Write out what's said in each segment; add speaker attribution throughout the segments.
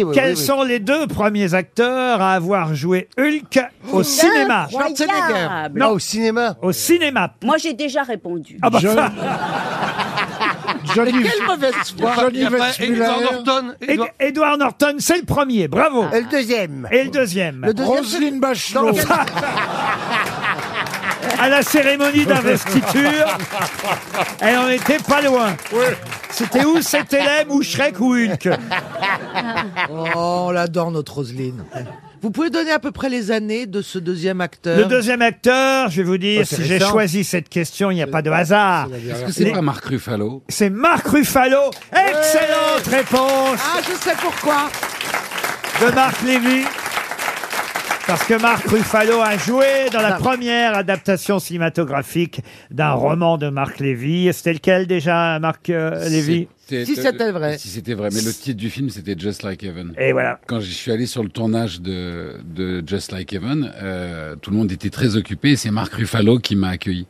Speaker 1: oui, oui.
Speaker 2: Quels sont les deux premiers acteurs à avoir joué Hulk au cinéma
Speaker 1: Schwarzenegger. Ah, au cinéma.
Speaker 2: Au cinéma.
Speaker 3: Moi, j'ai déjà répondu.
Speaker 2: Ah bah,
Speaker 4: John-
Speaker 2: ça.
Speaker 4: Johnny,
Speaker 1: mauvaise
Speaker 4: Johnny Weissmuller,
Speaker 2: Ed- Edward Norton, c'est le premier, bravo.
Speaker 1: Et le deuxième.
Speaker 2: Et Ah. le deuxième,
Speaker 1: Le deuxième.
Speaker 4: Roselyne Bachelot,
Speaker 2: à la cérémonie d'investiture, elle en était pas loin. C'était où c'était Lem ou Shrek ou Hulk
Speaker 5: Oh, on l'adore, notre Roselyne. Vous pouvez donner à peu près les années de ce deuxième acteur
Speaker 2: Le deuxième acteur, je vais vous dire,
Speaker 5: Oh, c'est
Speaker 2: si j'ai
Speaker 5: récent.
Speaker 2: choisi cette question, il n'y a pas de hasard.
Speaker 6: Est-ce que c'est
Speaker 2: Les-
Speaker 6: pas Marc Ruffalo
Speaker 2: C'est Marc Ruffalo. Excellente réponse
Speaker 5: Ah, je sais pourquoi.
Speaker 2: de Marc Lévy. Parce que Marc Ruffalo a joué dans la première adaptation cinématographique d'un roman de Marc Lévy. C'était lequel déjà, Marc euh, Lévy
Speaker 6: C'était-
Speaker 5: Si c'était vrai.
Speaker 6: Si c'était vrai. Mais le titre du film, c'était Just Like Heaven.
Speaker 2: Et voilà.
Speaker 6: Quand je suis allé sur le tournage de, de Just Like Heaven, euh, tout le monde était très occupé. et C'est Marc Ruffalo qui m'a accueilli.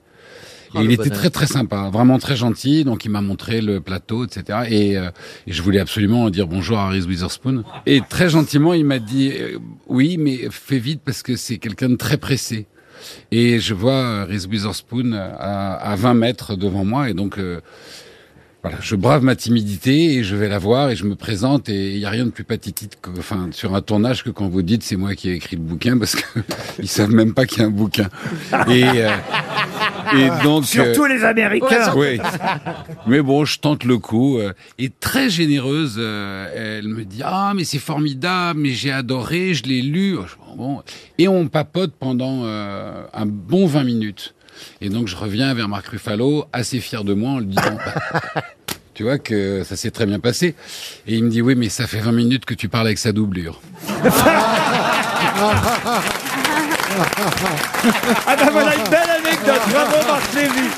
Speaker 6: Et
Speaker 5: Oh,
Speaker 6: il
Speaker 5: le
Speaker 6: était
Speaker 5: bonheur.
Speaker 6: très très sympa, vraiment très gentil. Donc il m'a montré le plateau, etc. Et, euh, et je voulais absolument dire bonjour à Reese Witherspoon. Et très gentiment, il m'a dit euh, oui, mais fais vite parce que c'est quelqu'un de très pressé. Et je vois euh, Reese Witherspoon euh, à, à 20 mètres devant moi, et donc euh, voilà, je brave ma timidité et je vais la voir et je me présente et il y a rien de plus pathétique que, enfin, sur un tournage que quand vous dites c'est moi qui ai écrit le bouquin parce que ils savent même pas qu'il y a un bouquin. Et, euh, et donc. euh,
Speaker 2: Surtout les Américains.
Speaker 6: oui. Mais bon, je tente le coup. euh, et très généreuse, euh, elle me dit Ah, mais c'est formidable, mais j'ai adoré, je l'ai lu. Oh, Je- Bon. Et on papote pendant euh, un bon 20 minutes. Et donc, je reviens vers Marc Ruffalo, assez fier de moi, en lui disant. Bah, Tu vois que ça s'est très bien passé. Et il me dit, oui, mais ça fait 20 minutes que tu parles avec sa doublure.
Speaker 2: Ah ben voilà une belle anecdote. Bravo Marc Lévy.